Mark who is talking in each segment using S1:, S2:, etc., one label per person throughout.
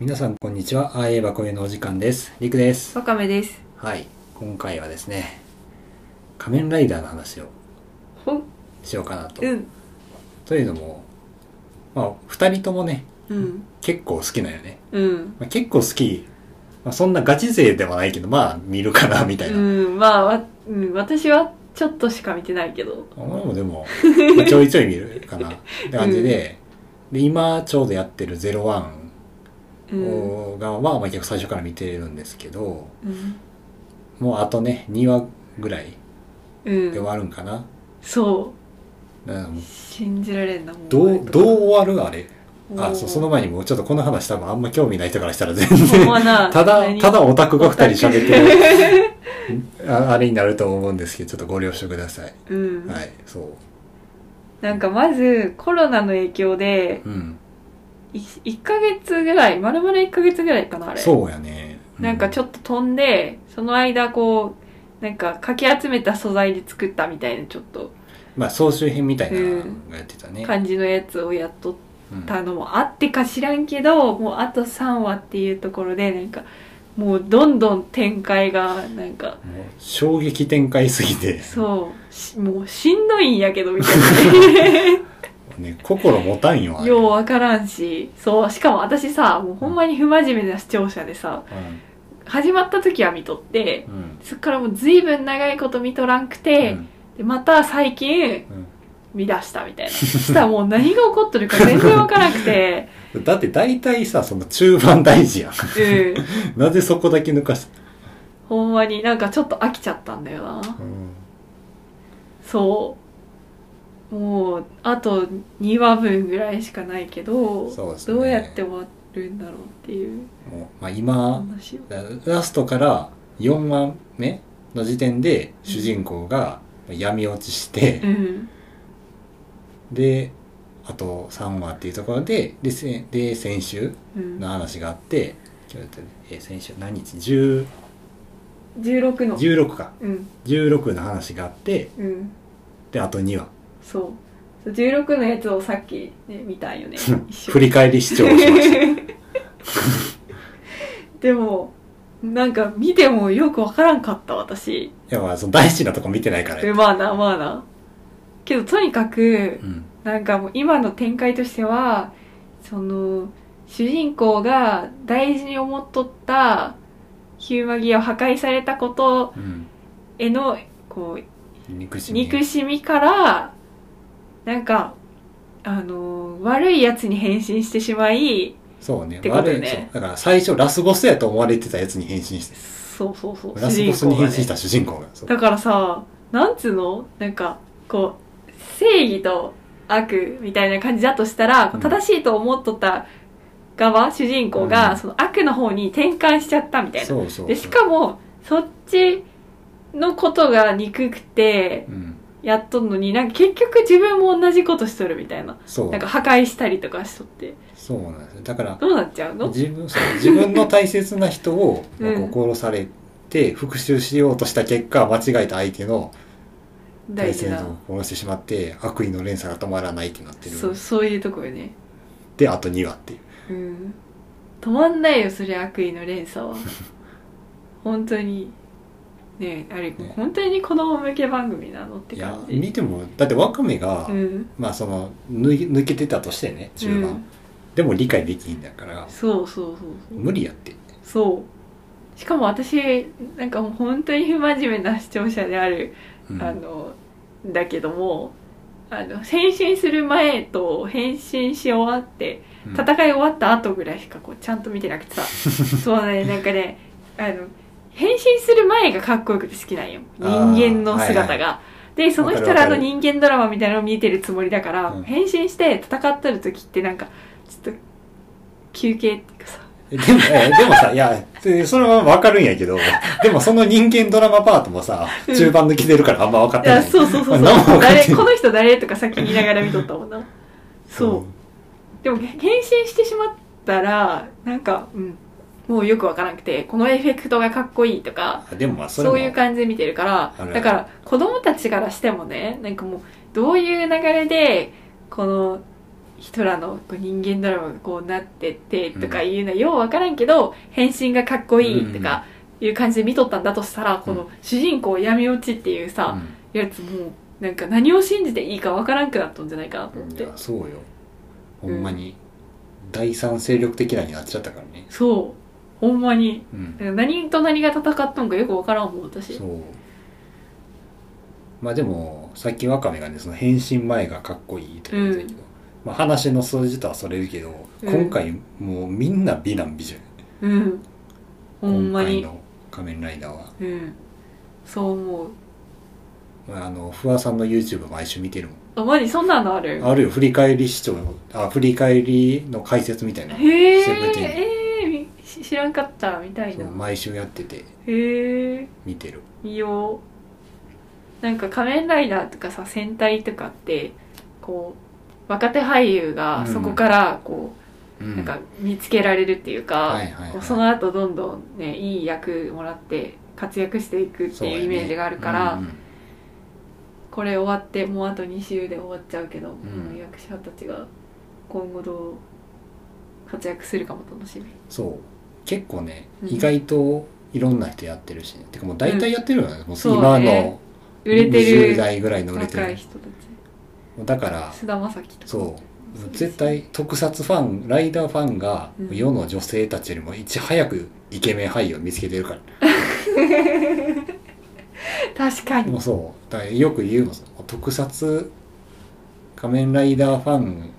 S1: 皆さんこんにちは。ああ言えばこういうのお時間です。りくです。
S2: わかめです。
S1: はい。今回はですね、仮面ライダーの話を
S2: ほん、
S1: しようかなと。
S2: うん、
S1: というのも、まあ、二人ともね、
S2: うん、
S1: 結構好きなんよね。
S2: うん、
S1: まあ、結構好き、まあ、そんなガチ勢ではないけど、まあ、見るかな、みたいな。
S2: うん、まあ、わうん、私はちょっとしか見てないけど。
S1: 俺もでも、まあちょいちょい見るかな、って感じで、で、今ちょうどやってる01
S2: うん、
S1: をが、は、まあ、結構最初から見てるんですけど、
S2: うん、
S1: もうあとね、2話ぐらい
S2: うん
S1: で終わるんかな。
S2: そ
S1: だからもう
S2: う、信じられんなもう
S1: どう、どう終わるあれ。
S2: おー
S1: あ、そう、その前にもうちょっとこの話多分あんま興味ない人からしたら全
S2: ほん
S1: 然、
S2: ま な
S1: ただ、
S2: 何
S1: ただオタクが二人喋ってる あ、あれになると思うんですけど、ちょっとご了承ください。
S2: うん、
S1: はい、そ
S2: なんかまずコロナの影響で
S1: う。うん。
S2: い1ヶ月ぐらい丸々1ヶ月ぐらいかなあれ
S1: そうやね。
S2: なんかち
S1: ょっ
S2: ょっと飛んでその間こうなんかかき集めた素材で作ったみたいなちょっと
S1: まあ、総集編みたいな
S2: う
S1: の
S2: ん
S1: がやってたね。
S2: 感じのやつをやっとっ
S1: うん
S2: たのもあってか知らんけどもうあと3話っていうところでなんかもうどんどん展開がなんか
S1: もう衝撃展開すぎて、
S2: そうしもうしんどいんやけどみたい
S1: ね、心持たんよ、 あ
S2: な
S1: れ。
S2: ようわからんしそうしかも私さもうほんまに不真面目な視聴者でさ始まった時は見とって
S1: うん。うん。
S2: そっからもう随分長いこと見とらんくて、
S1: うん
S2: でまた最近
S1: うん
S2: 見出したみたいなそしたらもう何が起こってるか全然わからな くて
S1: だって大体さ、その中盤大事やん。
S2: うん
S1: なぜそこだけ抜かし、
S2: ほんまになんかちょっと飽きちゃったんだよな
S1: うん、
S2: そうもうあと2話分ぐらいしかないけど、
S1: そうですね
S2: どうやって終わるんだろうっていう
S1: もう、まあ、今、
S2: 話を
S1: ラストから4話目の時点で主人公が闇落ちして
S2: う、ん
S1: で、あと3話っていうところで、で、せで先週
S2: うん
S1: の話があって、今日だったねえー先週何日 ?10、
S2: 16の
S1: 16か。
S2: うん
S1: 16の話があって、
S2: うん
S1: で、あと2話。
S2: そうそう16のやつをさっき、ね、見たんよね一緒
S1: 振
S2: に
S1: り返り視聴をしま した。
S2: でもなんか見てもよくわからんかった私
S1: いや、まあ、その大事なとこ見てないから
S2: で
S1: よ。
S2: まあなまあなけどとにかく
S1: うん。
S2: なんかもう今の展開としてはその主人公が大事に思っとったヒューマギアを破壊されたこと
S1: うん。
S2: へのこ
S1: 憎し
S2: う
S1: み。
S2: 憎しみからなんかあの悪いやつに変身してしまい
S1: そうね。
S2: ってことね
S1: 悪いそうだから最初ラスボスやと思われてたやつに変身して、
S2: そうそうそう
S1: ラスボスに変身し
S2: ね
S1: た主人公が。そう
S2: だからさなんつうのなんかこう正義と悪みたいな感じだとしたら、
S1: うん
S2: 正しいと思っとった側主人公が、
S1: うん
S2: その悪の方に転換しちゃったみたいな
S1: そうそう
S2: でしかもそっちのことが憎くて
S1: うん。
S2: やっとんのになんか結局自分も同じことしとるみたいな
S1: そう
S2: なん。か破壊したりとかしとって
S1: そうなんですよ。だから、
S2: どうなっちゃうの
S1: 自分、そう自分の大切な人を、
S2: う
S1: まあ
S2: ん
S1: こう殺されて、復讐しようとした結果、間違えた相手の
S2: 大
S1: 大
S2: 事
S1: 切な人
S2: な
S1: を殺してしまって、悪意の連鎖が止まらないってなってる。
S2: そうそういうとこよね
S1: で、あと2話っていう。
S2: うん止まんないよそれ悪意の連鎖 は本当にねえあれ、
S1: ね
S2: 本当に子供向け番組なのって
S1: いや
S2: 感、じ
S1: 見ても、だってワカメが、
S2: うん
S1: まあその、抜け抜けてたとしてね、中盤。
S2: うん
S1: でも理解できんだから、
S2: そうそうそうそう
S1: 無理やって。
S2: そうしかも私なんかもう本当に不真面目な視聴者である、
S1: うん
S2: あのだけどもあの変身する前と変身し終わって
S1: うん
S2: 戦い終わった後ぐらいしかこうちゃんと見てなくてさ そうねなんかねあの変身する前がかっこよくて好きなんよ人
S1: あー
S2: 間の姿が、
S1: はい
S2: でその人
S1: わからるわかる
S2: の人間ドラマみたいなのを見てるつもりだから、
S1: うん
S2: 変身して戦ってる時ってなんかちょっと休憩っていうかさ
S1: でも、えでもさ、いや、でそれはわかるんやけど、でもその人間ドラマパートもさ、
S2: うん
S1: 中盤抜けてるからあんま分かっ
S2: い
S1: てな
S2: や
S1: い。
S2: そうそうそうそう
S1: 何も分かってな
S2: 誰
S1: い
S2: この人誰とかさっき言いながら見とっ たもんなそう、でも変身してしまったらなんかうんもうよくわからなくてこのエフェクトがかっこいいとか
S1: うん。でもまあ、そ
S2: そ
S1: れも。
S2: ういう感じで見てるから
S1: あるある
S2: だから子供たちからしてもねなんかもうどういう流れでこの人らのこう人間ドラマがこうなってってとかいうのはようわからんけど変身がかっこいいとかいう感じで見とったんだとしたら、この主人公闇落ちっていうさ、やつもうなんか何を信じていいかわからんくなったんじゃないかなと
S1: う
S2: 思
S1: ん、
S2: っ
S1: い
S2: て
S1: やそうよほんまに、第三勢力的なになっちゃったからね
S2: そうほんまに
S1: うん
S2: なんか何と何が戦ったのかよくわからんもん私
S1: そうまあでも最近ワカメがねその変身前がかっこいいとか言ってたけど、まあ、話の数字とはそれるけど、
S2: うん
S1: 今回もうみんな美男美女
S2: うんほんまに
S1: 今回の仮面ライダーは、
S2: うんそう思う
S1: まあ、あの不破さんの YouTube 毎週見てるもん
S2: あマジそんなのある
S1: あるよ振り返り視聴あ振り返りの解説みたいな
S2: へ
S1: してくれてんの
S2: えー、みし知らんかったみたい
S1: そう
S2: な
S1: 毎週やってて
S2: へえ
S1: 見てる
S2: いいよなんか「仮面ライダー」とかさ戦隊とかってこう若手俳優がそこからこ
S1: う
S2: う、
S1: ん
S2: なんか見つけられるっていうか、
S1: はいはいはい
S2: こうその後どんどんねいい役もらって活躍していくっていうイメージがあるから、これ終わってもうあと2週で終わっちゃうけど、この役者たちが今後どう活躍するかも楽しみ
S1: そう,、結構ね
S2: うん
S1: 意外といろんな人やってるし、ねてかもう大体やってるよね、もう
S2: そう
S1: 今の
S2: ね売れて
S1: 20
S2: る
S1: 代ぐらいの売れて
S2: 若い
S1: る
S2: 人たち
S1: だから
S2: 菅田将暉とか
S1: そう絶対特撮ファンライダーファンが
S2: うん
S1: 世の女性たちよりもいち早くイケメン俳優を見つけてるから、
S2: 確か
S1: で
S2: に
S1: もそうだからよく言うのさ特撮仮面ライダーファン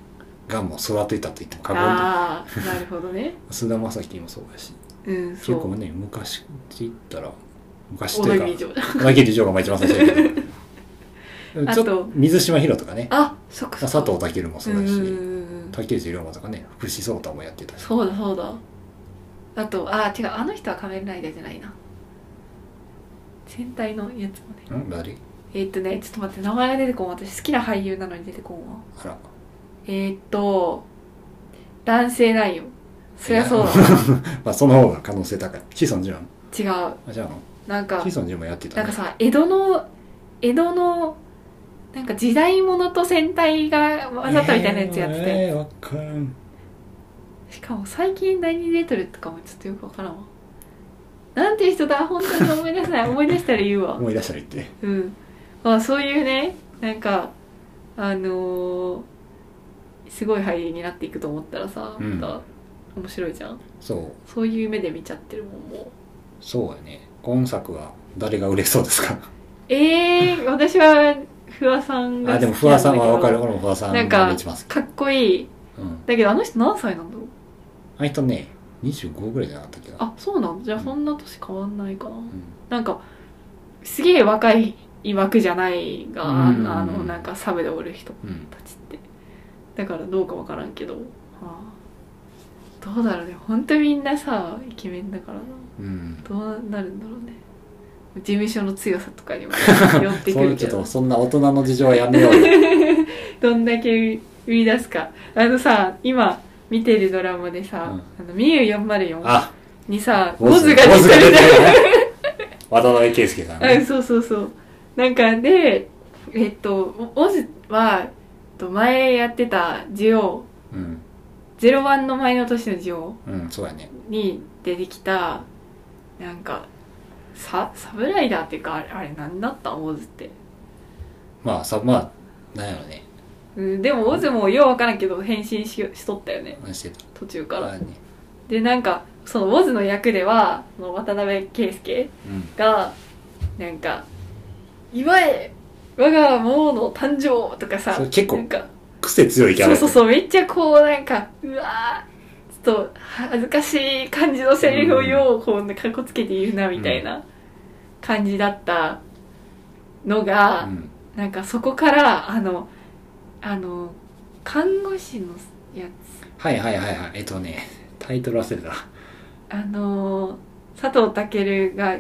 S1: がもう育てたと言っても過言で
S2: ああなるほどね
S1: 菅田将暉もそうだし
S2: うんそ
S1: 結構
S2: う
S1: ね昔って言ったら昔
S2: 小
S1: と
S2: 田
S1: いう
S2: 切
S1: か
S2: 城だ
S1: 小田切城がまあ一番最初だけど
S2: あと
S1: ちょっと水島ヒロとかね
S2: あそっかそっ
S1: 佐
S2: か
S1: 藤健もそう
S2: うん
S1: だ
S2: うん
S1: し
S2: うん
S1: 竹内涼真とかね福士蒼太もやってたし
S2: そうだそうだあとあー違うあの人は仮面ライダーじゃないな戦隊のやつもね
S1: ん誰
S2: えーっとねちょっと待って名前が出てこん私好きな俳優なのに出てこんわ
S1: あら
S2: えーっと男性なんよそりゃそうだ
S1: まあその方が可能性高い志尊淳
S2: 違う
S1: あじゃあの
S2: なんか
S1: 志尊淳もやってた
S2: なん
S1: ね
S2: かさ江戸の江戸のなんか時代物と戦隊が混ざったみたいなやつやってて、
S1: えー、わからん
S2: しかも最近何出てるとかもちょっとよくわからんわなんていう人だ本当に思い出せない思い出したら言うわ
S1: 思い出したら言って
S2: うんまあそういうねなんかあのーすごい俳優になっていくと思ったらさ
S1: うん
S2: また面白いじゃん、
S1: そう
S2: そういう目で見ちゃってるもんもう
S1: そうやね今作は誰が売れそうですか
S2: えー、私は不破さん が
S1: あでも
S2: 好き
S1: 不
S2: な
S1: 破
S2: ん
S1: さ
S2: だけ
S1: ん
S2: ど
S1: はわかる俺も不破さん
S2: なん
S1: が
S2: か
S1: 一番好き
S2: かっこいい
S1: うん
S2: だけどあの人何歳なんだろう
S1: あいとね25ぐらいじゃなかったっけど
S2: あそうなんだじゃあそんな年変わんないかな、
S1: うん
S2: なんかすげえ若い枠じゃないが、
S1: うん
S2: あのなんかサブでおる人
S1: うん
S2: たちってだからどうかわからんけど、はあ、どうだろうねほんとみんなさイケメンだからな
S1: うん
S2: どうなるんだろうね事務所の強さとか にも寄って
S1: そ
S2: く
S1: う
S2: る
S1: ち
S2: け
S1: ょっと
S2: ど
S1: そんな大人の事情はやめようよ
S2: どんだけ売り出すかあのさ今見てるドラマでさ「あのミユ404
S1: あ」
S2: にさ
S1: ボ
S2: ボ
S1: ス
S2: ズが出てるじゃん
S1: ね渡辺圭介さん
S2: う
S1: ね
S2: ん、そうそうそうなんかでえっとオズはえっと前やってたジオ
S1: うん
S2: ゼロワンの前の年のジオ
S1: うんそうやね
S2: に出てきたなんかササブライダーっていうかあれあれ何だったんオズって、
S1: まあさまあなんやろね
S2: うん、でもオズもようわからんけど変身ししとったよね
S1: 何してた
S2: 途中から
S1: あね
S2: でなんかそのオズの役ではその渡辺圭介
S1: うん
S2: がなんか「祝え我が王の誕生」とかさ
S1: それ結構
S2: なんか
S1: 癖強いキャラ
S2: そうそう
S1: う
S2: そうめっちゃこうなんかうわーちょっと恥ずかしい感じのセリフをようこうかっこつけて言うなみたいな感じだったのが、
S1: ん
S2: なんかそこからあのあの看護師のやつ
S1: はいはいはいはいえっとねタイトル忘れた
S2: あのー佐藤健が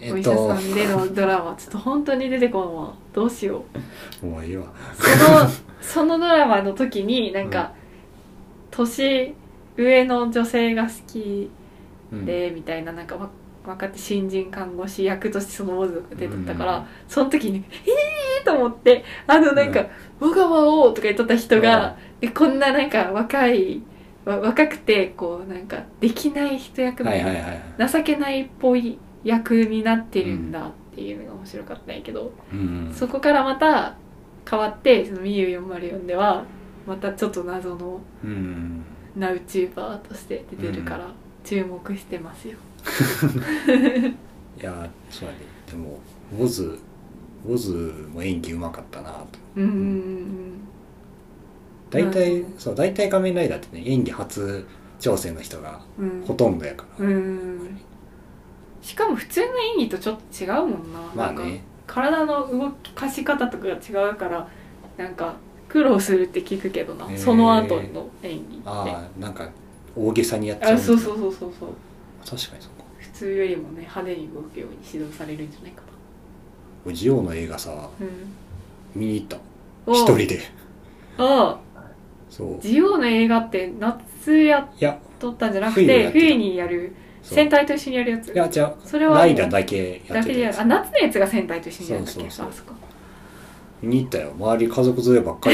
S1: え
S2: お
S1: っ
S2: 医
S1: と
S2: 者さんでのドラマ、ちょっと本当に出てこんわどうしよう
S1: もういいわ
S2: そのそのドラマの時になんか、年上の女性が好き
S1: うん
S2: で、みたいななんかわ若手新人看護師役としてそのモズが出てたから、
S1: うん
S2: その時に「えーと思ってあのなんか「小川を」とか言っとった人が、でこんななんか若いわ若くてこうなんかできない人役の、
S1: はいはいはいはい
S2: 情けないっぽい役になってるんだっていうのが面白かったんやけど、
S1: うん
S2: そこからまた変わって「そのみゆ404」ではまたちょっと謎の
S1: うん
S2: ナウチューバーとして出てるから注目してますよ。
S1: いやそうやねでもウォズウォズも演技うまかったなと
S2: うんうんうん
S1: 大体、
S2: うん
S1: そう大体仮面ライダーってね演技初挑戦の人が
S2: うんうん
S1: ほとんどやか
S2: う
S1: ら、
S2: んしかも普通の演技とちょっと違うもんな,、
S1: まあ
S2: なんか
S1: ね
S2: 体の動かし方とかが違うからなんか苦労するって聞くけどな、
S1: へー
S2: その後の演技ってあ
S1: ああなんか大げさにやっちゃうんだ
S2: そうそうそうそうそう
S1: 確かにそうか
S2: 普通よりもね派手に動くように指導されるんじゃないか
S1: ジオの映画さ
S2: な、
S1: 見に行った
S2: うん、
S1: 一人で
S2: あ
S1: そうい
S2: ジオの映画って夏やっ
S1: や
S2: とったんじゃなく
S1: 冬にや
S2: て
S1: ってた
S2: 冬にやる
S1: そう
S2: 戦隊と一緒にやるやつ
S1: いやじゃ
S2: それはもう
S1: ライダーだけや
S2: だ
S1: って
S2: け
S1: る
S2: でや
S1: やつ
S2: るあ夏のやつが戦隊と一緒にやるんだっけ
S1: そうそうそう
S2: あそっか
S1: 見に行ったよ周り家族連ればっか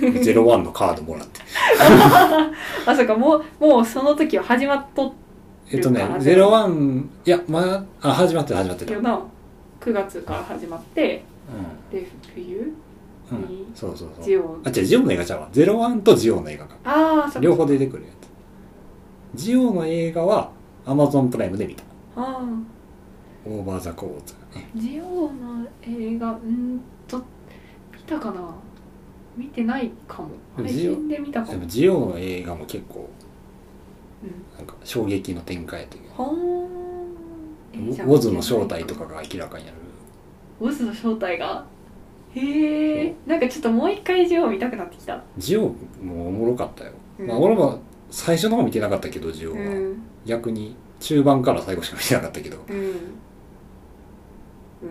S1: り でゼロワンのカードもらって
S2: あそうかもうもうその時は始まっとっ
S1: えっとね
S2: いるかな
S1: ゼロワンいやまだあ始まってた始まって
S2: た
S1: た
S2: け
S1: う
S2: ど
S1: ん
S2: な9月から始まってで冬
S1: うんそうそうそう
S2: ジオ
S1: あ違うジオの映画ちゃうわゼロワンとジオの映画か
S2: ああそっか
S1: 両方出てくるやつジオの映画はアマゾンプライムで見た
S2: ああ
S1: オーバーザコーツね
S2: ジオの映画うんーと見たかな見てないかも
S1: でも
S2: 配
S1: ジオ
S2: 信で見たか
S1: で
S2: も
S1: もジオの映画も結構
S2: うん
S1: なんか衝撃の展開というか
S2: ほーんえ
S1: ウ
S2: ーじゃあ
S1: ォズの正体とかが明らかになる
S2: ウォズの正体がへえなんかちょっともう一回ジオを見たくなってきた
S1: ジオもおもろかったよ、
S2: うん
S1: まあ俺も最初の方見てなかったけどジオ
S2: う
S1: は、
S2: ん
S1: 逆に中盤から最後しか見てなかったけど、
S2: うんうん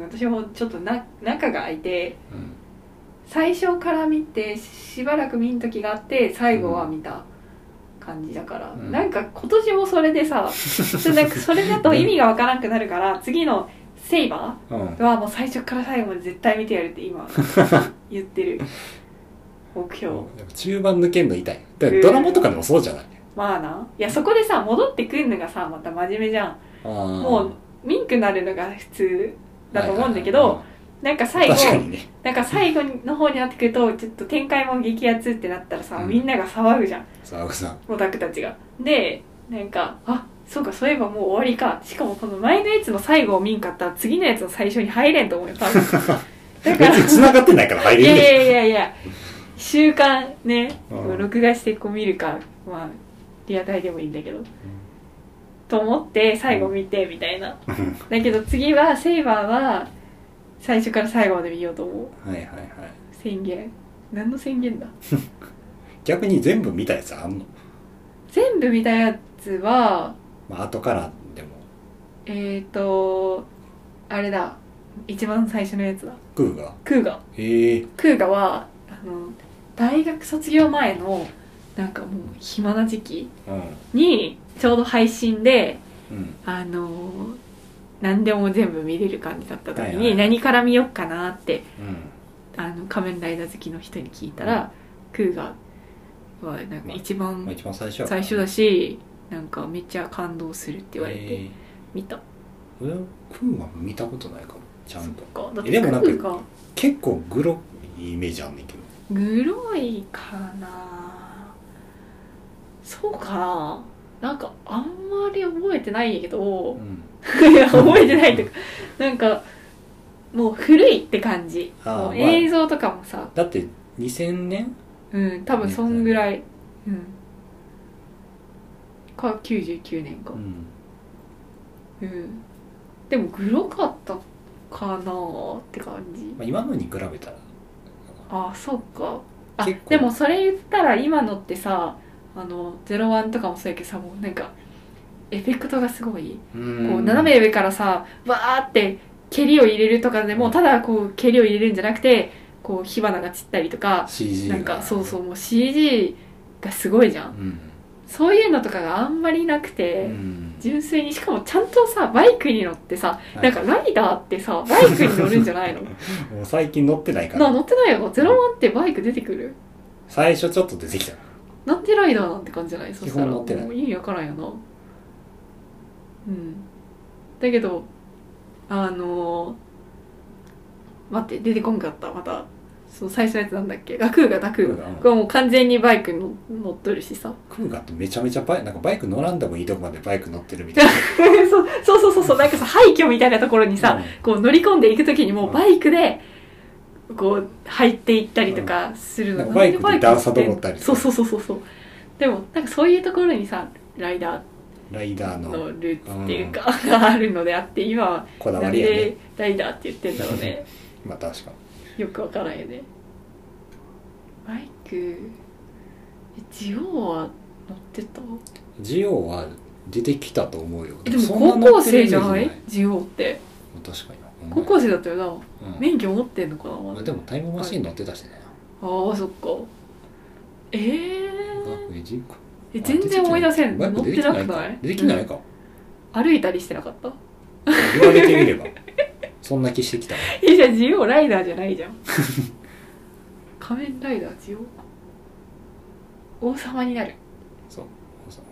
S2: 私もちょっとな中が空いて
S1: うん
S2: 最初から見てしばらく見ん時があって最後は見た感じだから、
S1: うん
S2: なんか今年もそれ でさそれなんかそれだと意味がわからなくなるから次の「セイバ
S1: うん
S2: ー」はもう最初から最後まで絶対見てやるっ て今言ってる目標
S1: でも中盤抜けんの痛いだからドラマとかでもそうじゃない、
S2: まあないやそこでさ戻ってくんのがさまた真面目じゃん
S1: あー
S2: もうミンクなるのが普通だと思うんだけど、
S1: はいはいはい
S2: なんか最後
S1: 確かにね
S2: なんか最後の方になってくるとちょっと展開も激アツってなったらさ、
S1: うん
S2: みんなが騒ぐじゃん
S1: 沢口さん
S2: オタクたちがでなんかあそうかそういえばもう終わりかしかもこの前のやつの最後を見んかったら次のやつの最初に入れんと思うよ多分 だ
S1: 別
S2: から
S1: に繋がってないから入
S2: い
S1: れ
S2: や
S1: る
S2: い
S1: ね
S2: やいやいや週刊ね、
S1: うん
S2: 録画してこう見るかまあリアタイでもいいんだけど、と思って最後見てみたいな、
S1: うん
S2: だけど次はセイバーは最初から最後まで見ようと思う
S1: はいはいはい
S2: 宣言何の宣言だ
S1: 逆に全部見たやつあんの、
S2: 全部見たやつは
S1: まあ後からでも
S2: えーとあれだ一番最初のやつだ
S1: クーが
S2: クーガ
S1: へえ
S2: クーガはあの大学卒業前のなんかもう暇な時期
S1: う
S2: にちょうど配信で
S1: んうん
S2: あのー何でも全部見れる感じだった時
S1: はいはいは
S2: に
S1: い
S2: 何から見よっかなって
S1: うん
S2: あの仮面ライダー好きの人に聞いたら、クーガはなんか一
S1: まあ、
S2: 番
S1: 一番最初は
S2: 最初だしなんかめっちゃ感動するって言われ
S1: え
S2: て
S1: ー
S2: 見た
S1: 俺はクーは見たことないかもちゃんと
S2: かだっ
S1: えで
S2: てク
S1: もなんか
S2: ーガ
S1: 結構グロいイメージあんねんけど
S2: グロいかなそうかななんかあんまり覚えてないんやけ ど
S1: ん
S2: いや覚えてないとかなんかもう古いって感じ
S1: あー
S2: もう
S1: まあ
S2: 映像とかもさ、
S1: だって2000年
S2: うん多分そんぐらい、うん、か99年か
S1: ん
S2: うんでもグロかったかなって感じ
S1: まあ、今のに比べたら
S2: あそうかあ
S1: 結構
S2: でもそれ言ったら今のってさ「あのゼロワンとかもそうやけどさもうなんかエフェクトがすごい、
S1: こう
S2: こう斜め上からさわーって蹴りを入れるとかでもただこう蹴りを入れるんじゃなくてこう火花が散ったりとか
S1: CG
S2: なんかそう
S1: う
S2: そうもう CG がすごいじゃん
S1: ん、
S2: そういうのとかがあんまりなく
S1: う
S2: て、
S1: ん、
S2: 純粋にしかもちゃんとさバイクに乗ってさ
S1: はい
S2: なんかライダーってさバイクに乗るんじゃないの
S1: もう最近乗ってないか
S2: な
S1: ら
S2: 乗ってないよゼロワンってバイク出てくる
S1: 最初ちょっと出てきた
S2: なんでライダーなんて感じじゃないそしたら
S1: 基本乗ってない
S2: もう意味わからんよなうんだけどあのー待って出てこんかったまたその最初のやつなんだっけあクーガだクー
S1: クー
S2: ガ
S1: ガうん
S2: これもう完全にバイクに乗乗っとるしさ
S1: クーガってめちゃめちゃバイなんかバイク乗らんでもいいとこまでバイク乗ってるみたいな
S2: そうそうそうそうそうなんかさ廃墟みたいなところに
S1: う
S2: さ、
S1: ん
S2: こう乗り込んでいくときにもうバイクでこう入っていったりとかするの、
S1: うん
S2: な
S1: なんん
S2: で
S1: か
S2: バ
S1: バ
S2: イ
S1: イ
S2: ク
S1: ク
S2: っ
S1: で
S2: て
S1: 段差登ったりと
S2: そう
S1: か
S2: そうそうそうそうでもなんかそういうところにさライダ
S1: ライダー
S2: ー
S1: の
S2: のルーツっていうか、があるのであって今は
S1: こだ
S2: な
S1: わ
S2: ん
S1: りやね
S2: でライダーって言ってんだろ うね
S1: まあ確か
S2: よくわからんよねバイクえジオウは乗ってた
S1: ジオは出てきたと思うよ
S2: えでも
S1: そん
S2: 高
S1: な乗
S2: 校
S1: ってる
S2: 生
S1: イ
S2: じ
S1: メー
S2: ゃ
S1: ジ
S2: ないジオウって
S1: 確かに
S2: 高校生だったよな、
S1: うん
S2: 免許持ってんのかな、
S1: まあでもタイムマシン乗ってたしね、
S2: ああそっかえー、
S1: あエジプ
S2: え全然思い出せん
S1: バ
S2: 乗
S1: イク出て
S2: って
S1: き
S2: な
S1: な
S2: く
S1: いか
S2: ない
S1: 出てきないか、
S2: うん歩いたりしてなかった
S1: 言われてみれば そんな気してきた
S2: えじゃあジオライダーじゃないじゃん 仮面ライダージオ王様になる
S1: そう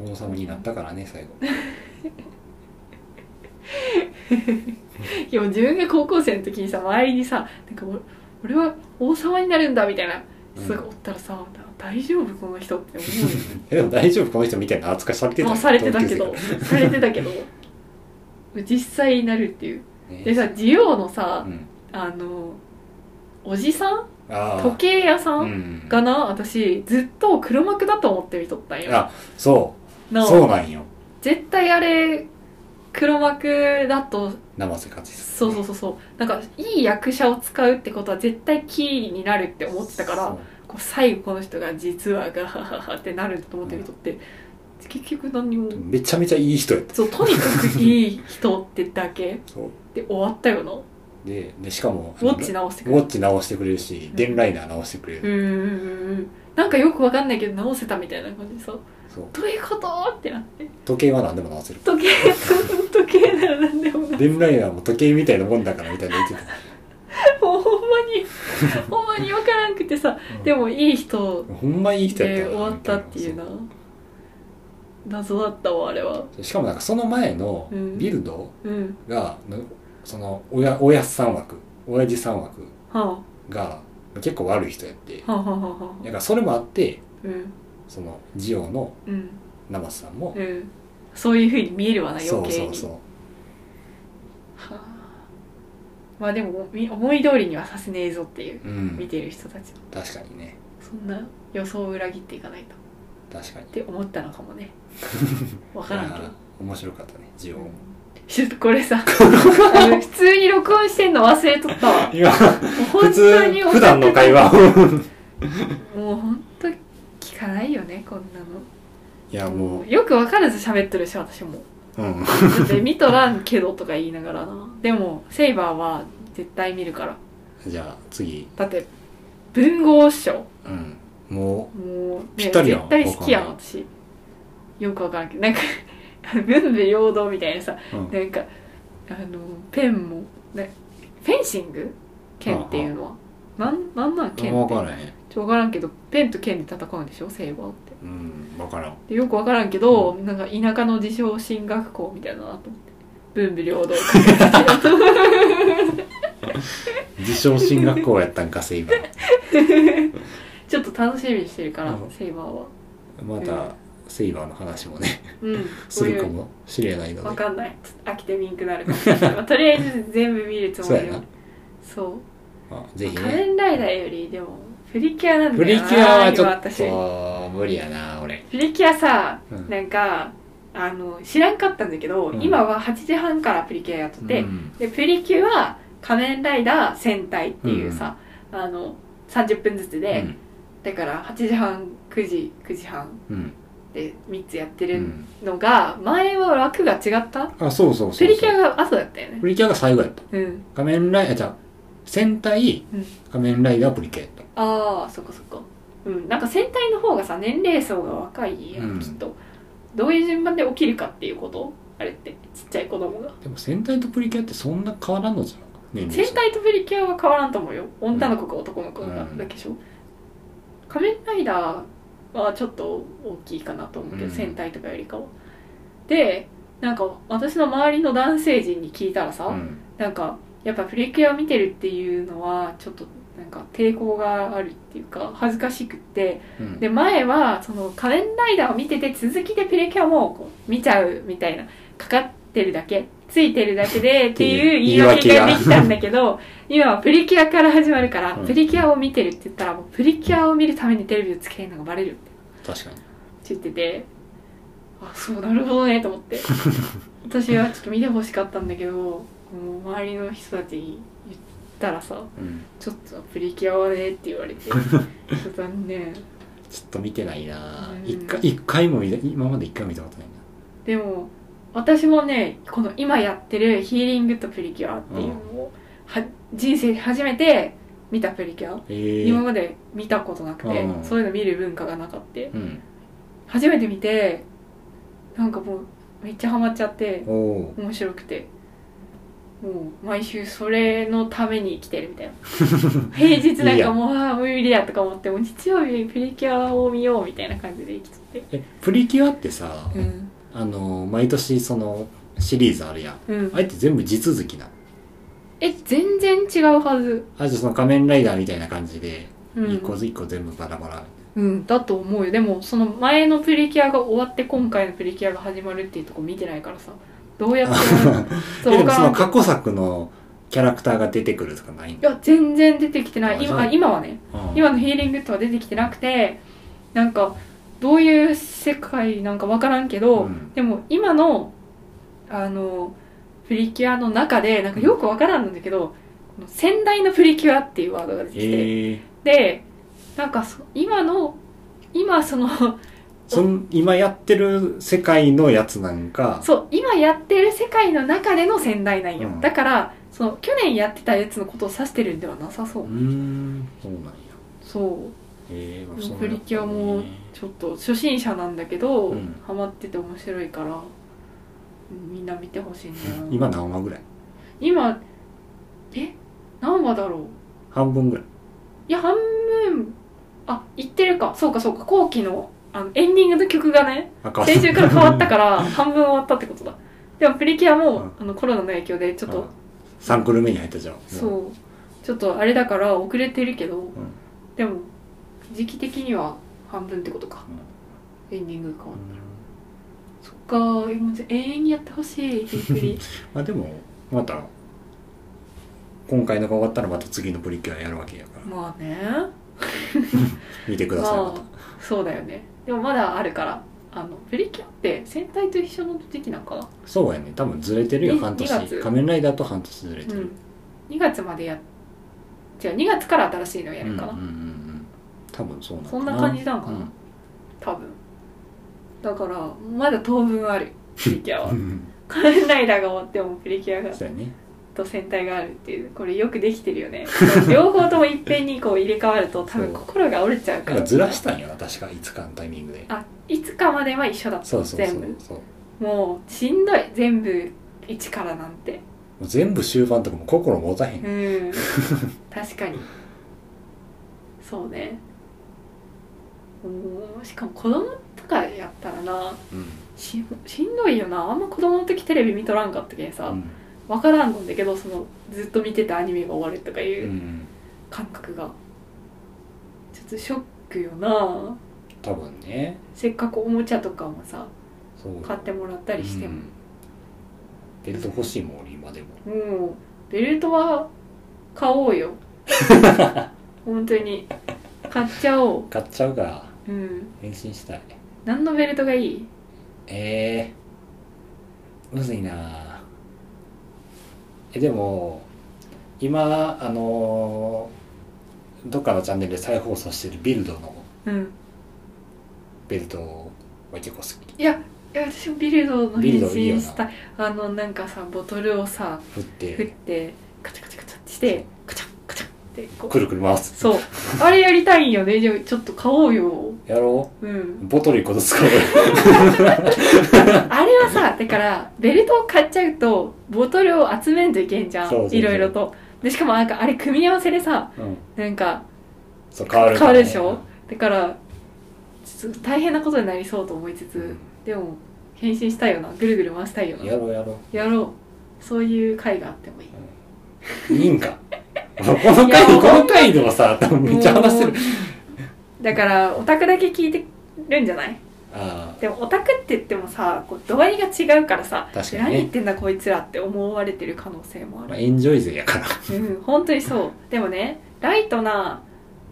S1: 王様になったからね最後
S2: いや自分が高校生の時にさ周りにさなんか俺俺は王様になるんだみたいな
S1: うん
S2: 人がおったらさ、大丈夫この人って思うよね
S1: えでも大丈夫この人みたいな扱いされてた
S2: まあされてたけど
S1: 同級
S2: されてたけど実際になるっていう
S1: 生ね
S2: でさジオのさ
S1: う、ん、
S2: あのおじさん
S1: ああ
S2: 時計屋さ
S1: うんん、
S2: かな、私ずっと黒幕だと思って見とったんよ
S1: あそう
S2: な
S1: そうなんよ
S2: 絶対あれ黒幕だと
S1: 生瀬勝久
S2: そうそうそうそうなんかいい役者を使うってことは絶対キーになるって思ってたからこう最後この人が実はガハハハってなると思って見とって、結局何にも
S1: そうめちゃめちゃいい人やっ
S2: そうとにかくいい人ってだけ
S1: たそう
S2: で終わったよなウ
S1: ででしかも
S2: ォッチ直してく
S1: ウォ
S2: れ
S1: ッチ直してくれるし
S2: ん
S1: デンライナー直してくれ
S2: う
S1: る、
S2: んうんうんうんなんかよくわかんないけど直せたみたいな感じでさ
S1: そう
S2: どういうことってなって
S1: 時計は何でも直せる
S2: 時計時計なら何でもない
S1: デンライナーも時計みたいなもんだからみたいな言ってた
S2: もうほんまにほんまに分からんくてさでもいい人
S1: ほんまいい人や
S2: で
S1: った
S2: 終
S1: な
S2: わったっていうな謎だったわあれは
S1: そうしかもなんかその前の
S2: うん
S1: ビルド
S2: うん
S1: が、のそのおやおやっさん枠親父さん枠
S2: は
S1: が結構悪い人やって
S2: あはあはあはあ
S1: だからそれもあって
S2: うん
S1: そのジオの
S2: うん
S1: 生瀬さんも、
S2: うんそういうふうに見えるわな余計
S1: そ
S2: に
S1: うそうそう
S2: はあまあでもみ思い通りにはさせねえぞっていう
S1: う
S2: 見
S1: ん
S2: てる人たちの
S1: 確かにね
S2: そんな予想を裏切っていかないとっ
S1: 確かに
S2: て思ったのかも ねわからんけど
S1: あー面白かったねジオ、
S2: ちょっとこ れさあの普通に録音してんの忘れとったわ
S1: 今普
S2: 本当
S1: 通
S2: に
S1: 普段の会話を
S2: もう本当聞かないよねこんなの
S1: いやもう
S2: よく分からず喋ってるし私も
S1: うん
S2: だ って見とらんけどとか言いながらなでもセイバーは絶対見るから
S1: じゃあ次
S2: だって文豪師匠
S1: うんも
S2: もう、ね、
S1: ぴったりやん
S2: 絶対好きやん
S1: わかん
S2: 私よく分からんけどなんか 文武両道みたいなさ
S1: う、うん
S2: なんかあのペンもねフェンシング剣っていうのはなんなんなん剣
S1: 分
S2: って
S1: からへん
S2: ちょ分からんけどペンと剣で戦うんでしょセイバーって
S1: うん分からん
S2: でよく分からんけど、なんか田舎の自称進学校みたいだなと思って文武両道
S1: 自称進学校やったんかセイバー
S2: ちょっと楽しみにしてるから、
S1: うん
S2: セイバーは
S1: またセイバーの話もね
S2: うん
S1: するか
S2: こ
S1: もしれないう
S2: いうわ
S1: ので
S2: かんないちょっと飽きてみんくなるかもしれない、ま あとりあえず全部見るつも
S1: そう
S2: り
S1: や
S2: よ
S1: な、
S2: そう
S1: まあ、ぜひ
S2: 仮
S1: ね
S2: 面ライダーよりでもプリキュアなんだよ
S1: プ
S2: な
S1: リキュアはちょ
S2: 今
S1: っ
S2: 私
S1: と無理やな俺
S2: プリキュアさ、
S1: うん
S2: なんかあの知らんかったんだけど、
S1: うん
S2: 今は8時半からプリキュアやっとって、
S1: うん
S2: でプリキュア仮面ライダー戦隊っていうさ、あの30分ずつで、だから8時半9時9時半
S1: うんうん
S2: で3つやって
S1: う
S2: る
S1: ん
S2: のが、前は枠が違った
S1: あそうそうそうそ
S2: プ
S1: う
S2: リキュアが朝だったよね
S1: プリキュアが最後やった
S2: うん
S1: 仮面ライダーじゃあ戦隊、
S2: うん
S1: 仮面ライダープリキュアやった
S2: ああそっかそっかうんなんか戦隊の方がさ年齢層が若いやん、
S1: うん
S2: きっとどういう順番で起きるかっていうことああれってちっちゃい子供が
S1: でも戦隊とプリキュアってそんな変わらんのじゃな年齢
S2: 戦
S1: 差
S2: 隊とプリキュアは変わらんと思うよ女の子か男の子
S1: う
S2: が
S1: ん
S2: だけでしょ、仮面ライダーはちょっと大きいかなと思うけど、
S1: うん
S2: 戦隊とかよりかはでなんか私の周りの男性陣に聞いたらさ、
S1: うん
S2: なんかやっぱプリキュア見てるっていうのはちょっとなんか抵抗があるっていうか恥ずかしくって
S1: うん
S2: で前はその仮面ライダーを見てて続きでプリキュアもこう見ちゃうみたいなかかってるだけついてるだけでっていう言い訳ができたんだけど今はプリキュアから始まるから
S1: うん
S2: プリキュアを見てるって言ったらもうプリキュアを見るためにテレビをつけるのがバレるって
S1: 確かに
S2: 言っててあそうなるほどねと思って 私はちょっと見てほしかったんだけどもう周りの人たちに言ったらさ
S1: うん
S2: 「ちょっとプリキュアはね」って言わ れてちょっと残念
S1: ちょっと見てないな
S2: うん
S1: 一回一回も見た今まで一回も見たことないな
S2: でも私もねこの今やってる「ヒーリングとプリキュア」っていうのを、は人生で初めて見たプリキュア、
S1: ええ
S2: 今まで見たことなくて、
S1: うん
S2: そういうの見る文化がなかった
S1: うん
S2: 初めて見てなんかもうめっちゃハマっちゃって
S1: おお
S2: 面白くてもう毎週それのために生きてるみたい な平日なんかもうああ無理だとか思ってもう日曜日にプリキュアを見ようみたいな感じで生きとって
S1: えプリキュアってさ、
S2: うん
S1: あの毎年そのシリーズあるやん
S2: うん
S1: あれって全部地続きなの
S2: え全然違うはず
S1: あじゃあその仮面ライダーみたいな感じで
S2: うん
S1: 一個ずつ一個全部バラバラ
S2: うん、だと思うよでもその前のプリキュアが終わって今回のプリキュアが始まるっていうとこ見てないからさどうやってや る
S1: え
S2: そう
S1: で
S2: わ
S1: も
S2: か
S1: そ
S2: ら
S1: の
S2: んけど
S1: 過去作のキャラクターが出てくるとかないの
S2: いや全然出てきてな
S1: あ
S2: い
S1: そう
S2: 今あ今はね
S1: うん
S2: 今のヒーリングとは出てきてなくてなんかどういう世界なんか分からんけど、
S1: うん
S2: でも今のあのプリキュアの中でなんかよく分からんんだけどこの先代のプリキュアっていうワードが出てきて、
S1: ええ
S2: でなんかそ今の今その
S1: そん今やってる世界のやつなんか
S2: そう今やってる世界の中での先代なんよ、
S1: うん
S2: だからその去年やってたやつのことを指してるんではなさそうう
S1: ーんそうなんや
S2: そう
S1: ええまあ
S2: でも
S1: そんな
S2: プリキュアもちょっと初心者なんだけど、
S1: うん
S2: ハマってて面白いからうんみんな見てほしいんだ よ
S1: 今何話ぐらい
S2: 今え何話だろう
S1: 半分ぐらい
S2: いや半分あ言ってるかそうかそうか後期のあのエンディングの曲がね
S1: あ変わった
S2: 先週から変わったから半分終わったってことだでもプリキュアも、
S1: うん
S2: あのコロナの影響でちょっと、
S1: うん3クル目に入ったじゃんう
S2: そうちょっとあれだから遅れてるけど、でも時期的には半分ってことか、エンディング変わったそっかーもう永遠にやってほしいひっくり
S1: まあでもまた今回のが終わったらまた次のプリキュアやるわけやから
S2: まあね
S1: 見てくださいま
S2: ま
S1: た
S2: あそうだよねでもまだあるからあのプリキュアって戦隊と一緒の時期なんかな
S1: そうやね多分ずれてるよ
S2: に
S1: 半年
S2: 二月
S1: 仮面ライダーと半年ずれて
S2: う
S1: る、
S2: ん2月までや違う2月から新しいのやるかな、
S1: うんうんうんうん多分そうなん
S2: そんな感じなんかな多分だからまだ当 分あるプリキュアは
S1: うん
S2: 仮面ライダーが終わってもプリキュアが
S1: そうやね
S2: と戦隊があるっていうこれよくできてるよね 両方ともいっぺんにこう入れ替わると多分
S1: そう
S2: 心が折れちゃう
S1: な
S2: か
S1: ん
S2: ら
S1: かずらしたんよな確かいつかのタイミングで
S2: あいつかまでは一緒だった
S1: そうそうそう
S2: 全部
S1: そうも
S2: もうしんどい全部一からなんて
S1: う全部終盤とかもう心持たへん、
S2: うん 確かにそうねおーしかも子供とかやったらな
S1: うん
S2: ししんどいよなあんま子供の時テレビ見とらんかったけん
S1: う
S2: さ
S1: ん
S2: 分からんのんだけどそのずっと見てたアニメが終わるとかいうう、
S1: ん、
S2: 感覚がちょっとショックよな
S1: 多分ね
S2: せっかくおもちゃとかもさ
S1: そう
S2: 買ってもらったりして
S1: う
S2: も
S1: ん、ベルト欲しいもん俺今でも
S2: もうベルトは買おうよ 本当に買っちゃおう
S1: 買っちゃうから
S2: うん
S1: 変身したい
S2: 何のベルトがいい
S1: えー、むずいなえでも今あのーどっかのチャンネルで再放送してるビルドの
S2: うん
S1: ベルトは結構好き
S2: いや私もビルドの
S1: ビ
S2: 変
S1: ルドいいよ
S2: 身
S1: な
S2: したあのなんかさボトルをさ
S1: 振っ
S2: 振っててカチャカチャカチャってしてカチャンカチャンってこう
S1: くるくる回す
S2: そうあれやりたいんよねでもちょっと買おうよ
S1: やろ
S2: うん
S1: うボトル一個ずつ 買う
S2: あれはさだからベルトを買っちゃうとボトルを集めんといけんじゃん
S1: そうそうそう
S2: いろいろとでしかもなんかあれ組み合わせでさ
S1: うん
S2: なんか
S1: そう変わる
S2: 変わるでしょだからちょっと大変なことになりそうと思いつつ、でも変身したいよなぐるぐる回したいよな
S1: やろうやろ
S2: やろうそういう回があってもいいう
S1: いいんかこの
S2: いや
S1: 回
S2: もう
S1: この回でもさ多分めっちゃ話してる
S2: もうだからオタクだけ聞いてるんじゃない
S1: あ
S2: でもオタクって言ってもさこう度合いが違うからさ
S1: 確かにね
S2: 何言ってんだこいつらって思われてる可能性も
S1: あ、
S2: ある、
S1: まあ、エンジョイ勢やから
S2: うん本当にそうでもねライトな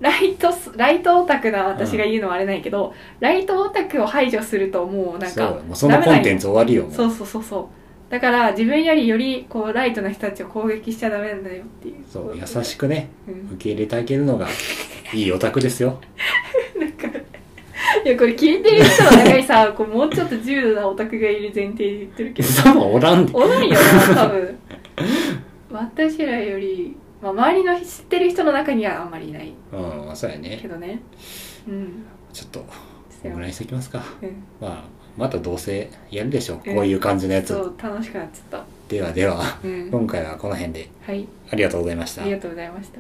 S2: ライトスライトオタクな私が言うのはあれないけど、ライトオタクを排除するともうなん
S1: そう
S2: か
S1: もうそのコンテンツ終わりよもう
S2: そうそうそうそうだから自分よりよりこうライトな人たちを攻撃しちゃダメなんだよっていう
S1: そう優しくね
S2: う
S1: 受
S2: ん、
S1: け入れてあげるの がいいオタクですよ
S2: なんかいやこれ聞いてる人の中にさこうもうちょっと重度なオタクがいる前提で言ってるけど
S1: 多分おらんで
S2: おらんよな多分私らより、まあ、周りの知ってる人の中にはあんまりいない
S1: うんそうや
S2: け
S1: ね
S2: どねうん
S1: ちょっと
S2: そ
S1: こ
S2: うん
S1: ぐらいにしてきますか
S2: うん
S1: まあまたどうせやるでしょう
S2: うん
S1: こういう感じのやつ
S2: そう楽しくなっちゃった、
S1: ではでは
S2: うん、
S1: 今回はこの辺で
S2: はい
S1: ありがとうございました
S2: ありがとうございました